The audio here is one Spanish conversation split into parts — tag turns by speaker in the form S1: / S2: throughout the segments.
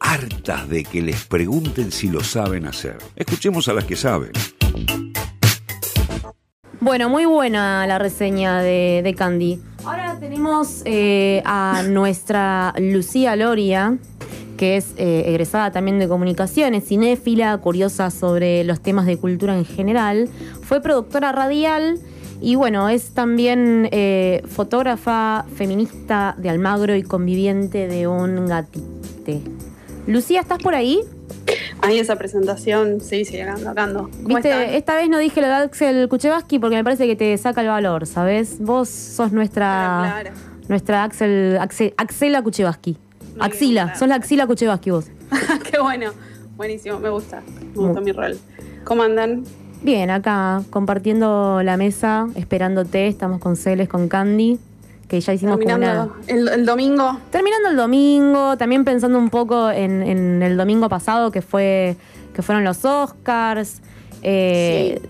S1: hartas de que les pregunten si lo saben hacer. Escuchemos a las que saben.
S2: Bueno, muy buena la reseña de, de Candy. Ahora tenemos eh, a nuestra Lucía Loria, que es eh, egresada también de comunicaciones, cinéfila, curiosa sobre los temas de cultura en general. Fue productora radial y bueno, es también eh, fotógrafa feminista de Almagro y conviviente de un gatite. Lucía, ¿estás por ahí?
S3: Ahí esa presentación, sí, sí, ando, ando.
S2: Viste, esta vez no dije lo de Axel Kuchevaski porque me parece que te saca el valor, ¿sabes? Vos sos nuestra.
S3: Claro, claro.
S2: Nuestra Axel. Axel- Axela Kuchevaski.
S3: No hay que
S2: axila,
S3: comprar.
S2: sos la Axila Kuchevaski vos.
S3: Qué bueno. Buenísimo, me gusta. Me gusta mi rol. ¿Cómo andan?
S2: Bien, acá, compartiendo la mesa, esperándote, estamos con Celes, con Candy, que ya hicimos como una.
S3: Terminando el, el domingo.
S2: Terminando el domingo, también pensando un poco en, en el domingo pasado que fue que fueron los Oscars. eh,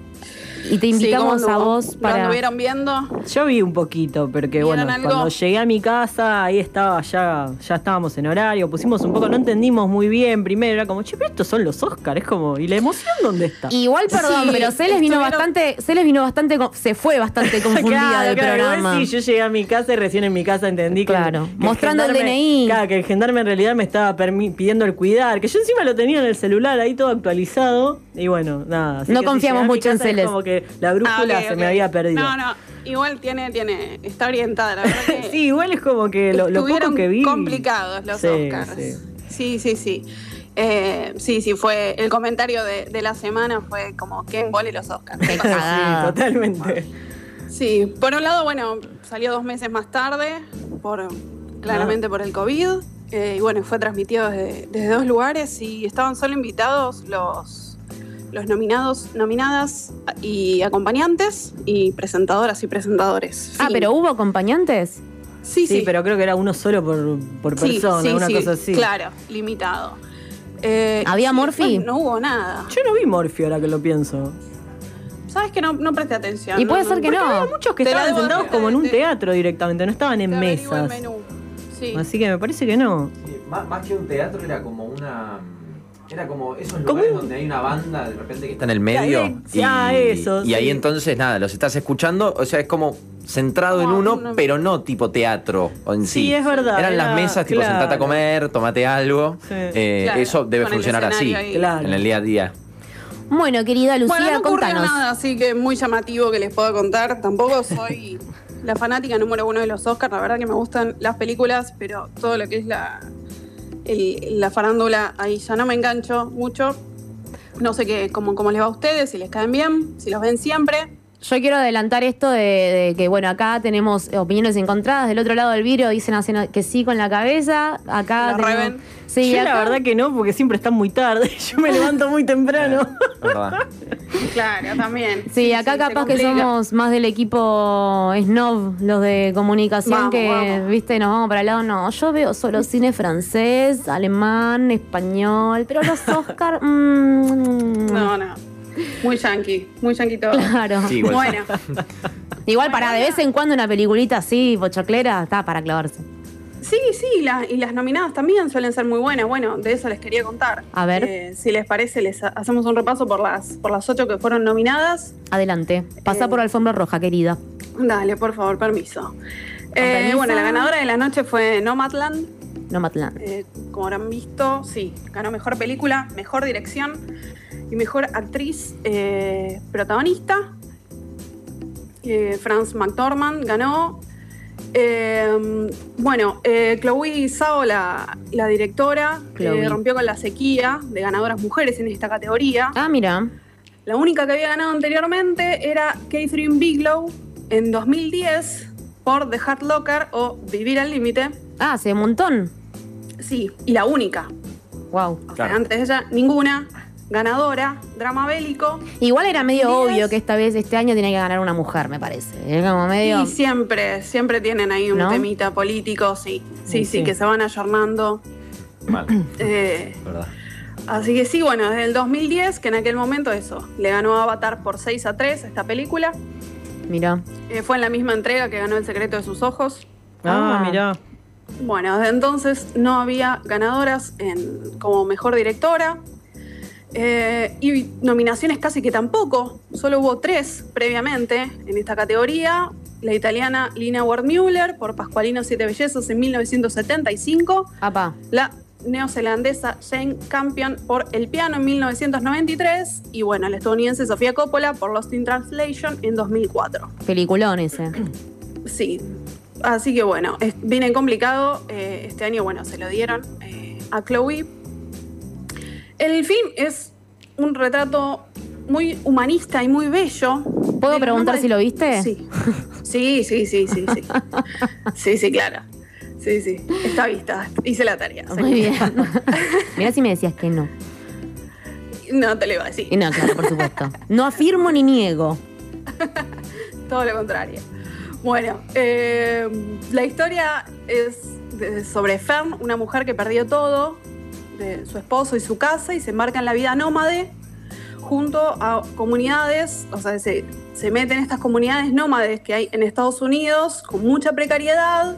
S2: Y te invitamos
S3: Sí, ¿cómo
S2: a
S3: anduvo?
S2: vos
S3: ¿Lo
S2: para.
S3: anduvieron viendo? Ah,
S4: Yo vi un poquito, porque
S3: ¿Vieron
S4: bueno,
S3: algo?
S4: cuando llegué a mi casa, ahí estaba, ya, ya estábamos en horario, pusimos un poco, no entendimos muy bien primero, era como, che, pero estos son los Oscars, es como, ¿y la emoción dónde está?
S2: Igual, perdón,
S3: Sí,
S2: pero Celes vino
S3: estuvieron-
S2: bastante, Celes vino bastante, con- se fue bastante confundida
S4: Claro,
S2: del
S4: claro, igual
S2: programa.
S4: sí, yo llegué a mi casa y recién en mi casa entendí que.
S2: Claro,
S4: que
S2: mostrando el
S4: gendarme-
S2: DNI.
S4: Claro, que el gendarme en realidad me estaba permi- pidiendo el cuidar, que yo encima lo tenía en el celular ahí todo actualizado. Y bueno, nada. así
S2: No
S4: que si
S2: confiamos
S4: llegué a mi
S2: mucho en
S4: casa es
S2: Celeste.
S4: Como que la brújula
S3: Ah, ok,
S4: se
S3: ok.
S4: me había perdido.
S3: No, no. Igual tiene, tiene, está orientada, la verdad que
S4: Sí, igual es como que lo, lo poco
S3: estuvieron
S4: que vi.
S3: complicados los
S4: Sí,
S3: Oscars.
S4: sí.
S3: Sí, sí, sí. Eh, sí, sí, fue el comentario de, de la semana fue como que embole los Oscars. ¿Qué
S4: Sí,
S3: pasa?
S4: totalmente.
S3: Sí, por un lado, bueno, salió dos meses más tarde, por, claramente por el COVID. eh, y bueno, fue transmitido desde, desde dos lugares y estaban solo invitados los, los nominados, nominadas y acompañantes y presentadoras y presentadores.
S2: Ah,
S3: Fin.
S2: pero hubo acompañantes.
S3: sí,
S4: Sí,
S3: sí,
S4: pero creo que era uno solo por, por
S3: Sí,
S4: persona,
S3: sí,
S4: una
S3: sí,
S4: cosa así.
S3: Claro, limitado. Eh,
S2: ¿Había
S3: y
S2: Morphy?
S3: después No hubo nada.
S4: Yo no vi Morfio ahora que lo pienso.
S3: Sabes que no, no presté atención.
S2: Y puede ser que
S3: porque
S2: no.
S4: Había muchos que
S3: Te la
S4: estaban
S3: debo
S4: sentados
S3: ver,
S4: como en un
S3: te-
S4: teatro directamente, no estaban en
S3: te averiguo el
S4: mesas.
S3: menú. Sí.
S4: Así que me parece que no.
S5: Sí, Eh, más, más que un teatro era como una... mm, Era como esos
S4: Como
S5: lugares
S4: un-
S5: donde hay una banda de repente que está...
S6: está en el medio.
S4: Ahí- ah, eso,
S6: y ahí
S4: sí.
S6: entonces, nada, los estás escuchando, o sea, es como centrado en
S3: No,
S6: uno,
S3: no.
S6: pero no tipo teatro en sí.
S4: Sí, es verdad,
S6: Eran
S4: era-
S6: las mesas, tipo
S4: claro.
S6: sentate a comer, tomate algo.
S4: Sí.
S6: Eh,
S3: Claro,
S6: eso debe
S3: con el
S6: funcionar así,
S3: escenario ahí.
S4: Claro.
S6: en el día a día.
S2: Bueno, querida Lucía,
S3: bueno, no ocurrió
S2: contanos.
S3: nada, así que muy llamativo que les pueda contar. Tampoco soy la fanática número uno de los Oscars. La verdad que me gustan las películas, pero todo lo que es la, el- la farándula, ahí ya no me engancho mucho. No sé qué, cómo, cómo les va a ustedes, si les caen bien, si los ven siempre.
S2: Yo quiero adelantar esto de, de que, bueno, acá tenemos opiniones encontradas. Del otro lado del vidrio dicen hacen que sí con la cabeza. Acá.
S3: La
S2: tenemos-
S3: reven.
S2: Sí,
S4: Yo
S2: acá-
S4: la verdad que no, porque siempre están muy tarde. Yo me levanto muy temprano.
S6: Es verdad.
S3: Claro, también.
S2: Sí, acá
S3: se
S2: capaz que
S3: complica.
S2: somos más del equipo snob, los de comunicación
S3: Vamos,
S2: que,
S3: vamos.
S2: viste, nos vamos para el lado. No, yo veo solo cine francés, alemán, español, pero los Oscar. mm,
S3: No, no. Muy yankee, muy yankee todo.
S2: Claro.
S6: Sí, igual.
S3: Bueno,
S2: Igual para de vez en cuando una peliculita así, pochoclera, está para clavarse.
S3: sí, sí, la- y las nominadas también suelen ser muy buenas. Bueno, de eso les quería contar.
S2: A ver.
S3: Eh, si les parece, les ha- hacemos un repaso por las, por las ocho que fueron nominadas.
S2: Adelante. Pasa
S3: Eh.
S2: por la alfombra roja, querida.
S3: Dale, por favor, permiso. Eh,
S2: permiso.
S3: Bueno, la ganadora de la noche fue Nomadland.
S2: No Matlán.
S3: Eh, como habrán visto, sí, ganó mejor película, mejor dirección y mejor actriz eh, protagonista. Eh, Franz McDormand ganó. Eh, bueno, eh, Chloe Zhao, la, la directora,
S2: Chloe.
S3: eh, rompió con la sequía de ganadoras mujeres en esta categoría.
S2: Ah, mira.
S3: La única que había ganado anteriormente era Catherine Bigelow en 2010 por The Hard Locker o Vivir al Límite.
S2: Ah, hace un montón.
S3: Sí, y la única.
S2: Wow.
S3: O sea,
S6: Claro.
S3: antes de ella, ninguna ganadora, drama bélico.
S2: Igual era medio
S3: Diez.
S2: obvio que esta vez, este año, tenía que ganar una mujer, me parece. Era como medio.
S3: Y siempre, siempre tienen ahí un
S2: ¿No?
S3: temita político, sí. Sí, sí,
S4: Sí.
S3: que se van ayornando.
S6: Mal,
S3: Eh,
S6: verdad.
S3: así que sí, bueno, desde el 2010, que en aquel momento eso, le ganó Avatar por 6 a 3 esta película.
S2: Mira.
S3: Eh, fue en la misma entrega que ganó El secreto de sus ojos.
S4: Ah,
S2: Ah.
S4: mirá.
S3: Bueno, desde entonces no había ganadoras en, como mejor directora. Eh, y nominaciones casi que tampoco. Solo hubo tres previamente en esta categoría. La italiana Lina Wardmüller por Pascualino Siete Bellezas en 1975.
S2: Apa.
S3: La neozelandesa Jane Campion por El Piano en 1993. Y bueno, la estadounidense Sofía Coppola por Lost in Translation en 2004.
S2: Peliculón ese.
S3: Sí. Así que bueno, es- viene complicado. eh, este año, bueno, se lo dieron eh, a Chloe. El film es un retrato muy humanista y muy bello.
S2: ¿Puedo preguntar si lo viste?
S3: Sí. Sí, sí, sí, sí, sí. Sí, sí, claro. Sí, sí. Está vista. Hice la tarea.
S2: Muy bien. Mirá si me decías que no.
S3: No te lo iba a decir.
S2: Y no, claro, por supuesto. No afirmo ni niego.
S3: todo lo contrario. Bueno, eh, la historia es de- sobre Fern, una mujer que perdió todo, de su esposo y su casa, y se embarca en la vida nómade junto a comunidades, o sea, se, se mete en estas comunidades nómades que hay en Estados Unidos, con mucha precariedad,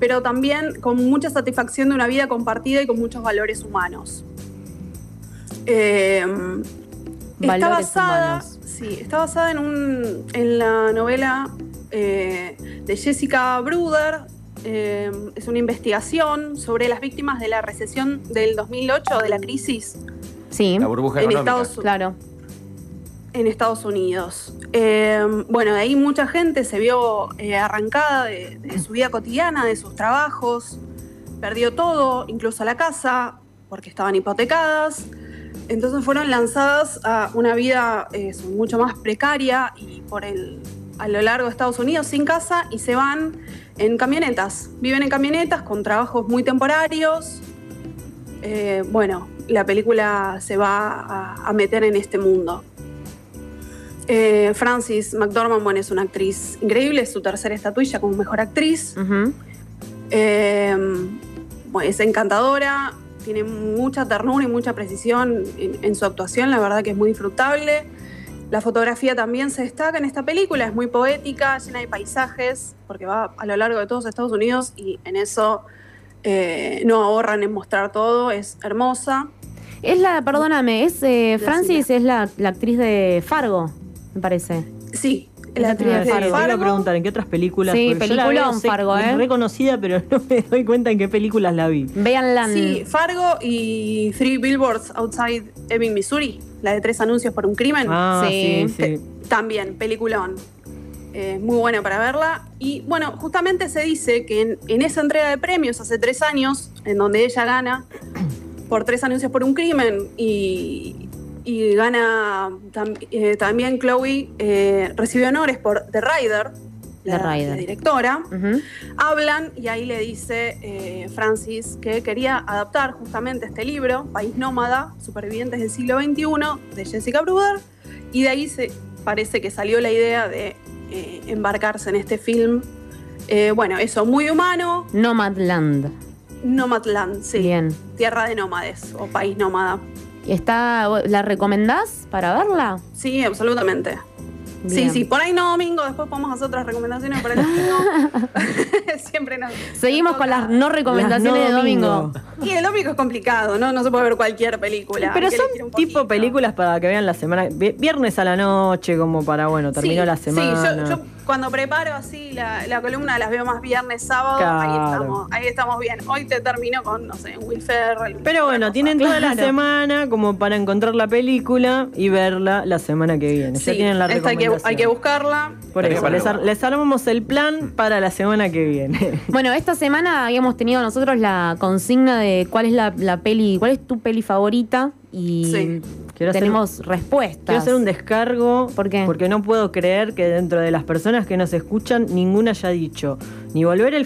S3: pero también con mucha satisfacción de una vida compartida y con muchos valores humanos. Eh, Está
S2: Valores
S3: basada,
S2: humanos.
S3: sí, está basada en, un, en la novela eh, de Jessica Bruder. Eh, es una investigación sobre las víctimas de la recesión del 2008, de la crisis
S2: Sí,
S6: La burbuja
S3: en
S6: económica.
S3: Estados,
S2: claro.
S3: en Estados Unidos. Eh, bueno, de ahí mucha gente se vio eh, arrancada de, de su vida cotidiana, de sus trabajos, perdió todo, incluso la casa, porque estaban hipotecadas. Entonces fueron lanzadas a una vida eh, mucho más precaria y por el, a lo largo de Estados Unidos sin casa y se van en camionetas. Viven en camionetas con trabajos muy temporarios. Eh, bueno, la película se va a- a meter en este mundo. Eh, Francis McDormand, bueno, es una actriz increíble, es su tercera estatuilla como mejor actriz.
S2: Ujú.
S3: Eh, bueno, es encantadora, tiene mucha ternura y mucha precisión en, en su actuación, la verdad que es muy disfrutable. La fotografía también se destaca en esta película, es muy poética, llena de paisajes, porque va a lo largo de todos Estados Unidos y en eso eh, no ahorran en mostrar todo, es hermosa.
S2: Es la, perdóname, es eh,
S3: Decila.
S2: Francis, es la, la actriz de Fargo, me parece.
S3: Sí,
S2: Es
S3: la
S2: la
S3: actriz
S2: primera
S3: de
S2: vez que
S4: Te
S2: Fargo.
S4: iba a
S3: Fargo.
S4: preguntar en qué otras películas.
S2: Sí,
S4: porque yo la
S2: peliculón,
S4: veo, sé-
S2: Fargo,
S4: es
S2: ¿eh?
S4: reconocida, pero no me doy cuenta en qué películas la vi.
S2: Véanla.
S3: Sí, Fargo y Three Billboards Outside Ebbing, Missouri, la de tres anuncios por un crimen.
S4: Ah,
S2: Sí.
S4: sí,
S3: Te-
S4: sí.
S3: También, peliculón. Eh, muy buena para verla. Y bueno, justamente se dice que en, en esa entrega de premios hace tres años, en donde ella gana por tres anuncios por un crimen y, y gana tam- eh, también Chloe, eh, recibe honores por The Rider,
S2: The Rider.
S3: la directora
S2: Ujú.
S3: hablan y ahí le dice eh, Francis que quería adaptar justamente este libro, País Nómada, Supervivientes del siglo XXI, de Jessica Bruder, y de ahí se parece que salió la idea de eh, embarcarse en este film. Eh, bueno, eso, muy humano,
S2: Nomadland.
S3: Nomadland, sí,
S2: Bien.
S3: tierra de nómades o país nómada.
S2: ¿Está, ¿La recomendás para verla?
S3: Sí, absolutamente.
S2: Bien.
S3: Sí, sí, por ahí no, domingo, después podemos hacer otras recomendaciones para el domingo. Siempre nos.
S2: Seguimos
S3: nos
S2: con
S3: toca.
S2: las no recomendaciones
S4: Las
S2: de
S4: no
S2: domingo.
S3: Y el óptico es complicado, ¿no? No se puede ver cualquier película.
S4: Pero
S3: hay que elegir
S4: son
S3: un
S4: tipo
S3: poquito.
S4: películas para que vean la semana. vi- Viernes a la noche, como para, bueno, terminó
S3: Sí,
S4: la semana.
S3: Sí, yo, yo cuando preparo así la, la columna las veo más viernes, sábado, ahí
S4: Claro.
S3: estamos, ahí estamos bien. Hoy te termino con, no sé, Will Ferrell.
S4: Pero bueno, tienen toda la
S2: Claro.
S4: semana como para encontrar la película y verla la semana que viene.
S3: Sí,
S4: ya tienen la
S3: esta hay que,
S4: recomendación.
S3: hay que buscarla.
S4: Por
S6: Tarea
S4: eso,
S6: para
S4: les, ar- les armamos el plan para la semana que viene.
S2: Bueno, esta semana habíamos tenido nosotros la consigna de cuál es la, la peli, cuál es tu peli favorita y
S3: Sí.
S4: Quiero hacer-
S2: tenemos respuestas.
S4: Quiero hacer un descargo.
S2: ¿Por qué?
S4: Porque no puedo creer que dentro de las personas que nos escuchan, ninguna haya dicho ni Volver al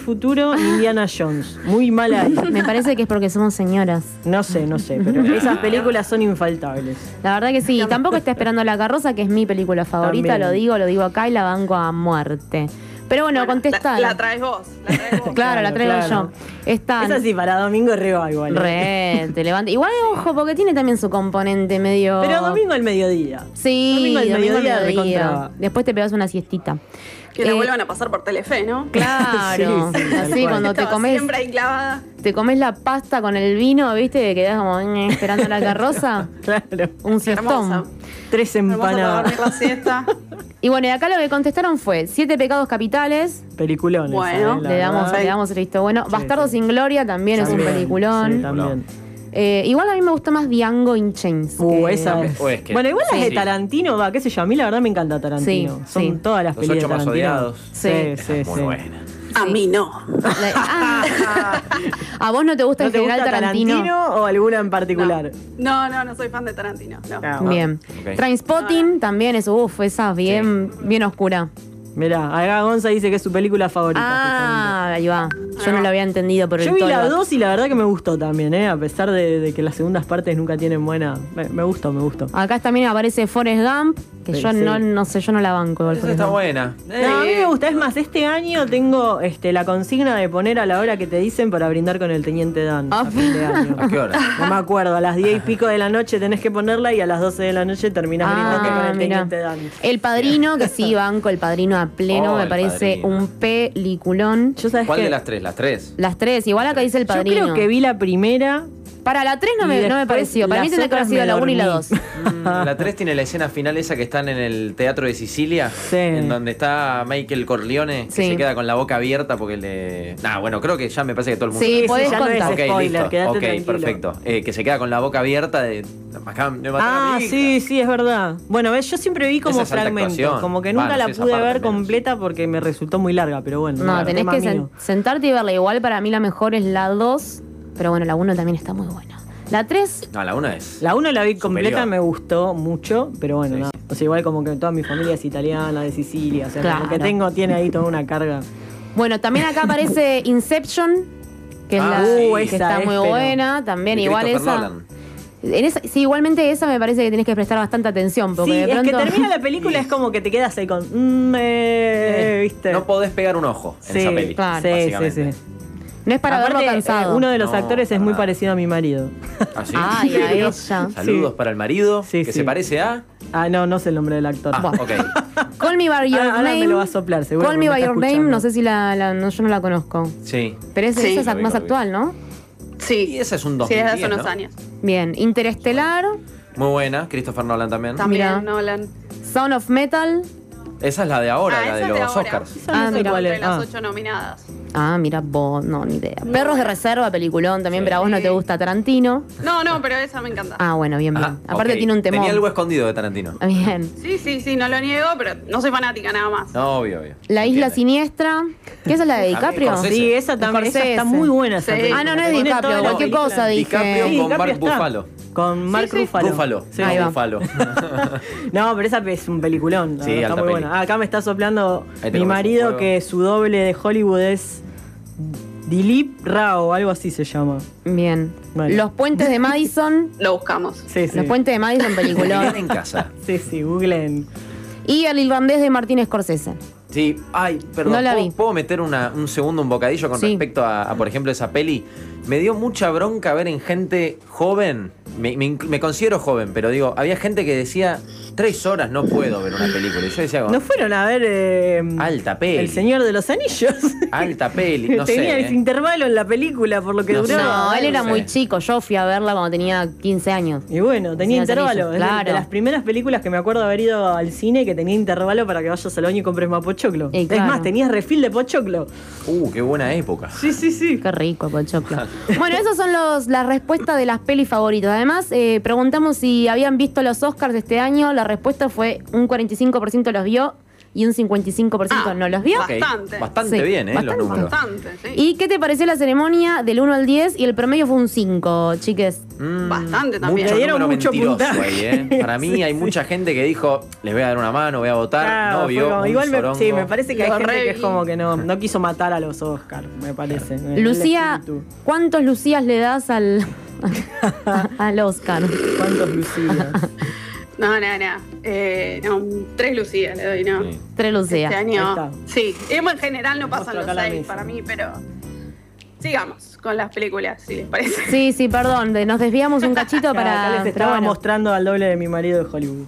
S4: Futuro ni Indiana Jones. Muy mal ahí.
S2: Me parece que es porque somos señoras.
S4: No sé, no sé, pero esas películas son infaltables.
S2: La verdad que sí, tampoco está esperando la carroza, que es mi película favorita,
S4: También.
S2: lo digo, lo digo acá y la banco a muerte. Pero bueno,
S3: Bueno,
S2: contesta.
S3: La, la traes vos. La traes vos.
S2: Claro, la traigo
S4: Claro, claro.
S2: yo. Está.
S4: Es así, para Domingo Reba igual.
S2: Re, te levanta. Igual, ojo, porque tiene también su componente medio.
S4: Pero Domingo al mediodía.
S2: Sí,
S4: domingo al mediodía
S2: al
S4: recontra.
S2: Después te pegas una siestita.
S3: Que la
S2: Eh,
S3: vuelvan a pasar por Telefe, ¿no?
S2: Claro.
S4: Sí, sí, tal
S2: así
S4: cual.
S2: cuando te
S3: Estaba
S2: comes,
S3: Siempre ahí clavada.
S2: te comes la pasta con el vino, ¿viste? Que quedás como mm, esperando la carroza.
S4: Claro.
S2: Un
S3: Hermosa.
S2: siestón.
S4: Tres
S3: Hermosa para
S4: empanadas.
S3: dormir la siesta.
S2: Y bueno, y acá lo que contestaron fue siete pecados capitales.
S4: Peliculones.
S3: Bueno,
S4: ¿eh? La
S2: Le damos,
S4: verdad.
S2: le damos el visto bueno.
S4: Sí,
S2: Bastardo
S4: sí.
S2: sin gloria también es un
S4: También,
S2: peliculón.
S4: sí, también.
S2: Eh, igual a mí me gusta más Django in Chains.
S4: Uh,
S2: que-
S4: esa
S6: O oh, es que-
S4: Bueno, igual las de
S6: Sí.
S4: Tarantino, va, qué sé yo, a mí la verdad me encanta Tarantino.
S2: Sí,
S4: Son
S2: sí.
S4: todas las
S6: Los
S4: películas.
S6: ocho más odiados.
S2: Sí.
S4: Sí, sí, sí.
S6: Muy buena.
S3: A mí no.
S2: La- Ah. a vos no te gusta
S4: ¿No
S2: en
S4: te
S2: general
S4: gusta Tarantino?
S2: Tarantino.
S4: o alguna en particular?
S3: No, no, no soy fan de Tarantino. No.
S4: Ah,
S2: Bien.
S6: Ok.
S2: Trainspotting también es, uff, esa bien, bien oscura.
S4: Mirá, acá Gonza dice que es su película favorita.
S2: Ah, ahí va. Yo no lo había entendido por
S4: justamente.
S2: el
S4: Yo vi la
S2: tolva.
S4: 2 y la verdad que me gustó también, ¿eh? A pesar de, de que las segundas partes nunca tienen buena. Me, me gustó, me gustó.
S2: Acá también aparece Forrest Gump, que
S4: Sí,
S2: yo
S4: sí.
S2: no, no sé, yo no la banco. igual,
S6: Esa
S2: Forrest
S6: está
S2: Gump.
S6: buena.
S4: No, a mí me gusta. Es más, este año tengo este, la consigna de poner a la hora que te dicen para brindar con el Teniente Dan. a
S2: Ah.
S4: fin de año.
S6: ¿A qué hora?
S4: No me acuerdo, a las 10 y pico de la noche tenés que ponerla y a las 12 de la noche terminás brindando con
S2: Ah,
S4: el
S2: mirá.
S4: Teniente Dan.
S2: El Padrino, que sí, banco, El Padrino a pleno,
S6: Oh,
S2: me
S6: El
S2: parece
S6: Padrino.
S2: un peliculón.
S4: Yo sabes
S6: ¿Cuál
S4: que
S6: de las tres? Las tres.
S2: Las tres, igual acá dice El
S4: yo
S2: Padrino.
S4: creo que vi la primera.
S2: Para la tres no
S4: y
S2: me, no me
S4: después
S2: pareció, para mí
S4: las
S2: tendría que haber
S4: otras
S2: sido
S4: me
S2: la 1 y la
S4: dormí.
S2: 2.
S6: Mm, La tres tiene la escena final esa que están en el Teatro de Sicilia,
S4: Sí.
S6: en donde está Michael Corleone, que
S2: Sí.
S6: se queda con la boca abierta porque le... Nah, bueno, creo que ya me parece que todo el mundo...
S2: Sí,
S6: la-
S2: podés
S4: ya no es
S2: contar.
S6: Ok,
S4: spoiler,
S6: listo.
S4: quédate
S6: ok,
S4: tranquilo.
S6: perfecto. Eh, que se queda con la boca abierta de... "Acá me mataron a
S4: Ah,
S6: mi hija".
S4: sí, sí, es verdad. Bueno, ves, yo siempre vi como
S6: Esa es alta
S4: fragmentos,
S6: actuación.
S4: como que nunca
S6: Bueno,
S4: la
S6: sí, esa
S4: pude
S6: parte
S4: ver
S6: al menos.
S4: completa porque me resultó muy larga, pero bueno.
S2: No,
S4: nada,
S2: tenés
S4: tema
S2: que sen-
S4: mío.
S2: sentarte y verla. Igual para mí la mejor es la 2, pero bueno, la 1 también está muy buena. La 3,
S6: No, la una es...
S4: La uno la vi
S6: Superior.
S4: completa, me gustó mucho, pero bueno, nada. O sea, igual como que toda mi familia es italiana, de Sicilia, o sea, como que
S2: Claro.
S4: tengo, tiene ahí toda una carga.
S2: bueno, también acá aparece Inception, que es
S6: Ah,
S2: la
S6: sí. Uh,
S2: que
S4: esa este
S2: está
S4: es,
S2: muy
S4: pero-
S2: buena, también
S6: de
S2: igual
S6: Christopher
S2: esa,
S6: Nolan.
S2: en esa- Sí, igualmente esa me parece que tenés que prestar bastante atención, porque
S4: Sí,
S2: de
S4: es
S2: pronto
S4: que termina la película, es como que te quedas ahí con. mm, eh, ¿Viste?
S6: No podés pegar un ojo en
S4: Sí,
S6: esa peli,
S2: claro.
S4: sí, sí,
S6: básicamente.
S4: sí.
S2: no es para
S4: Aparte,
S2: verlo cansado.
S4: eh, uno de los
S6: No,
S4: actores es
S6: para
S4: muy
S6: nada.
S4: parecido a mi marido.
S6: ¿Ah, sí?
S2: Ay, a ella.
S6: Saludos
S4: Sí.
S6: para el marido,
S4: Sí,
S6: que
S4: sí.
S6: se parece a...
S4: Ah, no, no sé el nombre del actor.
S6: Ah,
S2: Bueno.
S6: ok.
S2: Call Me By Your
S4: Ah, ahora me
S2: Name.
S4: lo va a soplar, seguro,
S2: Call Me
S4: porque
S2: By
S4: me
S2: Your
S4: está
S2: Name,
S4: escuchando.
S2: no sé si la, la- no, yo no la conozco.
S6: Sí.
S2: Pero esa,
S3: Sí.
S2: esa
S6: Lo
S2: es
S6: vi,
S2: más
S6: lo vi.
S2: actual, ¿no?
S3: Sí.
S6: Y esa es un
S3: Sí,
S6: 2010,
S3: desde hace unos
S6: ¿no?
S3: años.
S2: Bien, Interestelar,
S6: Muy buena, Christopher Nolan también.
S3: También
S2: Mirá.
S3: Nolan.
S2: Sound of Metal.
S6: Esa es la de ahora,
S3: Ah,
S6: la
S3: esa
S6: de
S3: es
S6: los
S3: de ahora.
S6: Oscars.
S4: Esa no
S2: Ah,
S4: sé
S2: mira.
S4: cuál
S3: Entre
S4: es.
S3: las
S4: Ah.
S3: ocho nominadas.
S2: Ah, mira, vos, no, ni idea. Perros de reserva, peliculón también,
S6: Sí.
S2: pero a vos no te gusta Tarantino.
S3: No, no, pero esa me encanta.
S2: Ah, bueno, bien, bien.
S6: Ah,
S2: Aparte
S6: ok.
S2: tiene un Ah. temor.
S6: Tenía algo escondido de Tarantino.
S2: Bien.
S3: Sí, sí, sí, no lo niego, pero no soy fanática nada más.
S6: No, obvio, obvio.
S2: La Isla
S6: Entiende.
S2: Siniestra. ¿Qué esa es la de DiCaprio?
S6: Scorsese.
S4: Sí, esa también. Esa
S2: Scorsese.
S4: está muy buena esa
S3: Sí.
S4: película.
S2: Ah, no, no es
S4: Tiene
S2: DiCaprio,
S4: toda la
S2: cualquier
S4: película.
S2: cosa dije.
S6: DiCaprio
S4: Sí,
S6: con
S4: DiCaprio
S6: Mark
S4: está.
S6: Buffalo.
S4: Con Mark Ruffalo.
S6: Búfalo.
S4: Sí.
S2: Ahí
S6: No,
S2: va.
S6: Búfalo.
S4: No, pero esa es un peliculón. la
S6: Sí,
S4: verdad, está
S6: alta
S4: muy
S6: peli.
S4: buena. Ah, acá me está soplando
S6: Ahí
S4: mi
S6: tenemos un
S4: marido
S6: juego.
S4: que su doble de Hollywood es Dilip Rao, algo así se llama.
S2: Bien.
S4: Bueno.
S2: Los Puentes de Madison.
S3: Lo buscamos.
S4: Sí, sí.
S2: Los Puentes de Madison,
S6: Miren
S2: peliculón.
S6: en casa.
S4: Sí, sí, googlen.
S2: y El Irlandés de Martín Scorsese.
S6: Sí, ay, perdón.
S2: No la
S6: ¿puedo,
S2: vi.
S6: puedo meter una- un segundo, un bocadillo con
S2: Sí.
S6: respecto a, a, por ejemplo, esa peli? Me dio mucha bronca ver en gente joven. Me, me inc- me considero joven, pero digo, había gente que decía, tres horas no puedo ver una película. Y yo decía,
S4: No fueron a ver eh,
S6: Oh. alta peli.
S4: El Señor de los Anillos.
S6: Alta peli. No
S4: Tenía
S6: sé.
S4: ese
S6: eh.
S4: intervalo en la película, por lo que
S6: No
S4: duró.
S6: sé.
S2: No, él era
S6: sí.
S2: muy chico. Yo fui a verla cuando tenía 15 años.
S4: Y bueno, tenía
S2: Sí, los
S4: intervalo.
S2: anillos,
S4: Es de-
S2: claro.
S4: de las primeras películas que me acuerdo haber ido al cine que tenía intervalo para que vayas al baño y compres más pochoclo.
S2: Y Eh, claro.
S4: Es más, tenías refil de pochoclo.
S6: Uh, qué buena época.
S4: Sí, sí, sí.
S2: Qué rico, Pochoclo. bueno, esas son los, las respuestas de las pelis favoritas. Además, eh, preguntamos si habían visto los Oscars de este año. La respuesta fue un 45% los vio y un 55%
S3: Ah,
S2: no los vio.
S3: ok.
S6: Ok,
S3: Bastante.
S6: Bastante
S2: Sí,
S6: bien, ¿eh?
S2: bastante,
S6: los números.
S3: Bastante, sí.
S2: ¿Y qué te pareció la ceremonia del 1 al 10? Y el promedio fue un 5, chiques.
S6: Mm,
S3: Bastante también.
S6: Mucho
S4: Le dieron
S6: número
S4: mucho
S6: mentiroso
S4: puntaje.
S6: ahí, ¿eh? Para mí
S4: Sí,
S6: hay
S4: sí.
S6: mucha gente que dijo, les voy a dar una mano, voy a votar.
S4: Claro,
S6: no
S4: Ah, fue
S6: vio.
S4: como-
S6: un
S4: igual me,
S6: sorongo.
S4: sí, me parece que hay
S3: Lo
S4: gente
S3: re
S4: que es
S3: vi.
S4: como que no, no quiso matar a los Oscars, me parece. en el
S2: Lucía,
S4: espíritu.
S2: ¿cuántos Lucías le das al, al Oscar?
S4: ¿Cuántos Lucías?
S3: No, no, no. Eh, no, un- tres Lucías le doy, ¿no?
S6: Sí.
S2: Tres
S3: Este
S2: Lucía.
S3: año.
S4: Ahí está.
S3: Sí, Emo en general no
S4: Mostro
S3: pasan los
S4: acá la
S3: seis
S4: mesa.
S3: para mí, pero sigamos con las películas, si les parece.
S2: Sí, sí, perdón, de- nos desviamos un cachito
S4: Acá
S2: para.
S4: les
S2: pero
S4: estaba
S2: bueno.
S4: mostrando al doble de mi marido de Hollywood.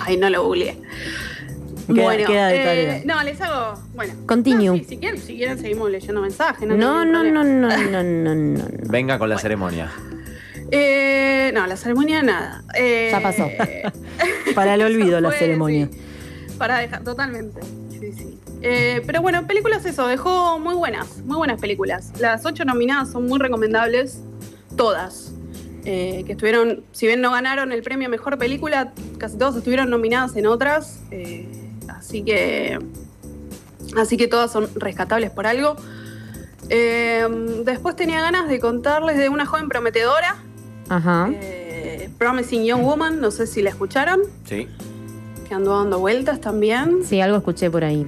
S3: Ay, no lo googleé.
S4: Queda- queda de
S3: eh,
S4: tarea.
S3: no, les hago. Bueno.
S2: Continue.
S3: No, sí, si, quieren, si quieren, seguimos leyendo mensajes. No,
S2: No,
S3: tengo
S2: no,
S3: ningún
S2: no,
S3: problema.
S2: no, no, no, no. no.
S6: Venga con la ceremonia.
S3: Eh, no, la ceremonia nada. Eh,
S2: Ya pasó.
S4: Para el olvido la
S3: fue,
S4: ceremonia.
S3: sí. Para dejar, totalmente. Sí, sí. Eh, pero bueno, películas eso, dejó muy buenas, muy buenas películas. Las ocho nominadas son muy recomendables, todas. Eh, que estuvieron, si bien no ganaron el premio a Mejor Película, casi todas estuvieron nominadas en otras. eh, así que. Así que todas son rescatables por algo. Eh, después tenía ganas de contarles de una joven prometedora,
S4: Ah.
S2: Ajá.
S3: eh, Promising Young Woman, no sé si la escucharon
S6: Sí.
S3: que andó dando vueltas también.
S2: Sí, algo escuché por ahí.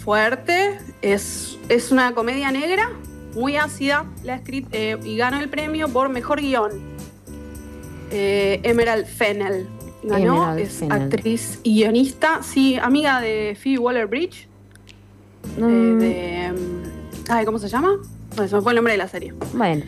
S3: Fuerte. Es, es una comedia negra, muy ácida. La ha escrit- eh, y ganó el premio por mejor guión. Eh, Emerald Fennel ganó.
S2: Emerald
S3: es
S2: Fennell.
S3: actriz y guionista. Sí, amiga de Phoebe Waller Bridge.
S2: Mm,
S3: de, mm, ay, ¿Cómo se llama? Bueno, se me fue el nombre de la serie.
S2: Bueno,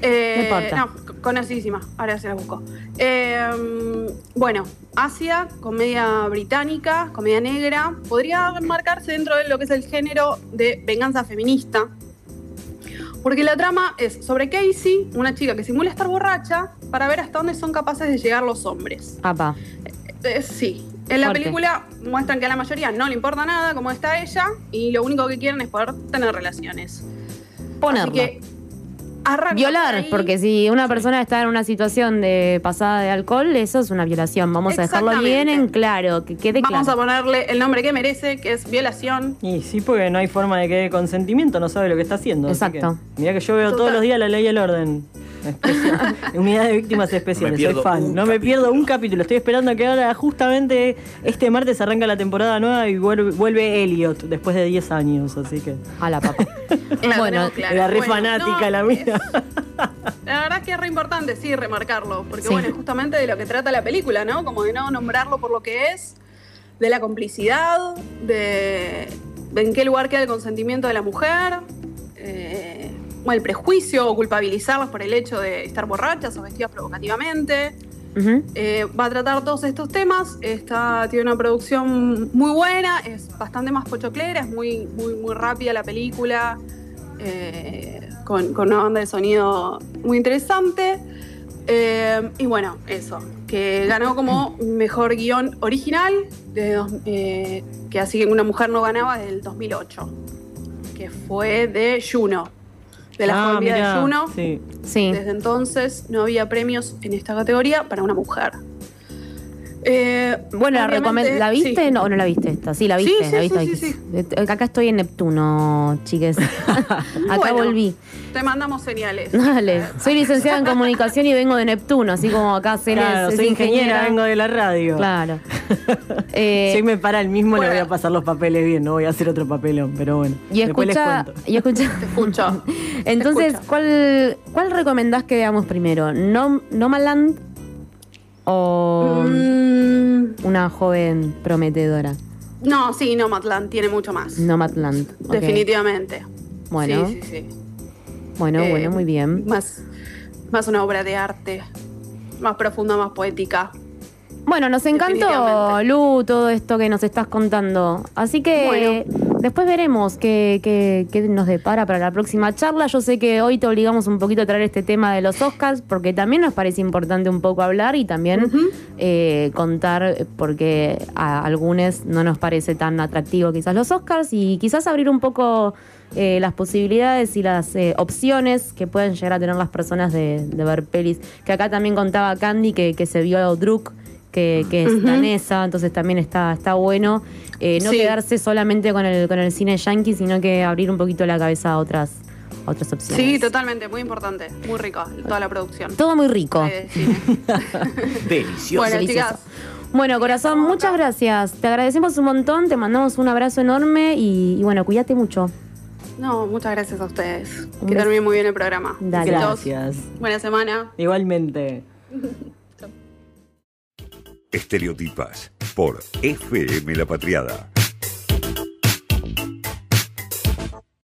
S3: Eh,
S2: No importa.
S3: no, c- conocidísima, ahora se la busco. Eh, bueno, Asia, comedia británica, comedia negra, podría marcarse dentro de lo que es el género de venganza feminista. Porque la trama es sobre Casey, una chica que simula estar borracha para ver hasta dónde son capaces de llegar los hombres.
S2: apa.
S3: Eh, sí. En la
S2: Fuerte.
S3: película muestran que a la mayoría no le importa nada cómo está ella y lo único que quieren es poder tener relaciones. Así
S2: Ponerla.
S3: que arranca
S2: Violar,
S3: por ahí.
S2: porque si una persona está en una situación de pasada de alcohol, eso es una violación. Vamos a dejarlo bien
S3: Exactamente.
S2: en claro, que quede
S3: Vamos
S2: claro.
S3: a ponerle el nombre que merece, que es violación.
S4: Y sí, porque no hay forma de que dé consentimiento, no sabe lo que está haciendo. así que-
S2: Exacto.
S4: mirá que yo veo todos
S3: Total.
S4: los días la ley y el orden. Especial. Unidad de víctimas especiales, soy
S6: pierdo
S4: fan.
S6: un
S4: No me pierdo un capítulo. Estoy esperando que ahora, justamente este martes, arranca la temporada nueva y vuelve, vuelve Elliot después de 10 años. Así que
S2: A la papa. bueno,
S3: La tenemos clara.
S4: era re
S3: Bueno,
S4: fanática
S3: no,
S4: la mía.
S3: La verdad es que es re importante, sí, remarcarlo, porque
S2: Sí.
S3: bueno, es justamente de lo que trata la película, ¿no? Como de no nombrarlo por lo que es, de la complicidad, de, de en qué lugar queda el consentimiento de la mujer, eh, o el prejuicio o culpabilizarlas por el hecho de estar borrachas o vestidas provocativamente.
S2: Ujú.
S3: Eh, va a tratar todos estos temas. Está, tiene una producción muy buena, es bastante más pochoclera, es muy, muy, muy rápida la película, eh, con, con una banda de sonido muy interesante. Eh, y bueno, eso, que ganó como mejor guión original, de dos- eh, que así que una mujer no ganaba desde el 2008, que fue de Juno, de la
S4: Ah,
S3: joven vida
S4: mirá,
S3: de Juno.
S4: Sí.
S2: Sí.
S3: Desde entonces no había premios en esta categoría para una mujer. Eh,
S2: Bueno, la,
S3: obviamente-
S2: recomen- ¿la viste
S3: sí.
S2: o no la viste esta? Sí, la
S3: Sí,
S2: viste,
S3: sí,
S2: la
S3: sí,
S2: viste.
S3: sí,
S2: la viste. Acá estoy en Neptuno, chiques. Acá
S3: Bueno.
S2: volví.
S3: Te mandamos señales.
S2: Dale. Soy licenciada en comunicación y vengo de Neptuno, así como acá Celes
S4: Claro,
S2: es
S4: soy ingeniera, vengo de la radio.
S2: Claro. Eh,
S4: Si hoy me para el mismo,
S3: Bueno.
S4: le voy a pasar los papeles bien, no voy a hacer otro papelón, pero bueno.
S2: y
S4: después
S2: escucha,
S4: les cuento.
S2: y escucha.
S3: Te escucho.
S2: Entonces,
S3: escucho.
S2: ¿cuál, ¿cuál recomendás que veamos primero? ¿No, ¿Nomaland o
S3: Mm,
S2: una joven prometedora?
S3: no, sí, no, Matlan tiene mucho más.
S2: Nomadland. ok.
S3: Definitivamente.
S2: Bueno,
S3: Sí, sí, sí.
S2: bueno,
S3: Eh,
S2: bueno, muy bien.
S3: Más, más una obra de arte, más profunda, más poética.
S2: Bueno, nos encantó,
S3: Definitivamente.
S2: Lu, todo esto que nos estás contando. Así que después veremos qué, qué- qué nos depara para la próxima charla. Yo sé que hoy te obligamos un poquito a traer este tema de los Oscars, porque también nos parece importante un poco hablar y también eh, contar, porque a algunos no nos parece tan atractivo quizás los Oscars, y quizás abrir un poco eh, las posibilidades y las eh, opciones que pueden llegar a tener las personas de, de ver pelis. Que acá también contaba Candy que, que se vio Druk, que, que es
S3: Ujú.
S2: danesa, entonces también está, está bueno eh, no
S3: Sí.
S2: quedarse solamente con el, con el cine yankee, sino que abrir un poquito la cabeza a otras, a otras opciones.
S3: Sí, totalmente, muy importante, muy rico, toda la producción.
S2: Todo muy rico.
S3: Eh, de cine.
S6: Delicioso.
S3: bueno,
S2: Delicioso.
S3: chicas,
S2: Bueno, corazón, muchas gracias. Te agradecemos un montón, te mandamos un abrazo enorme y, y bueno, cuídate mucho.
S3: no, muchas gracias a ustedes.
S2: Un
S3: Que
S2: beso.
S3: termine muy bien el programa.
S2: Dale.
S3: Besitos.
S4: Gracias.
S3: Buena semana.
S4: Igualmente.
S1: Estereotipas por FM La Patriada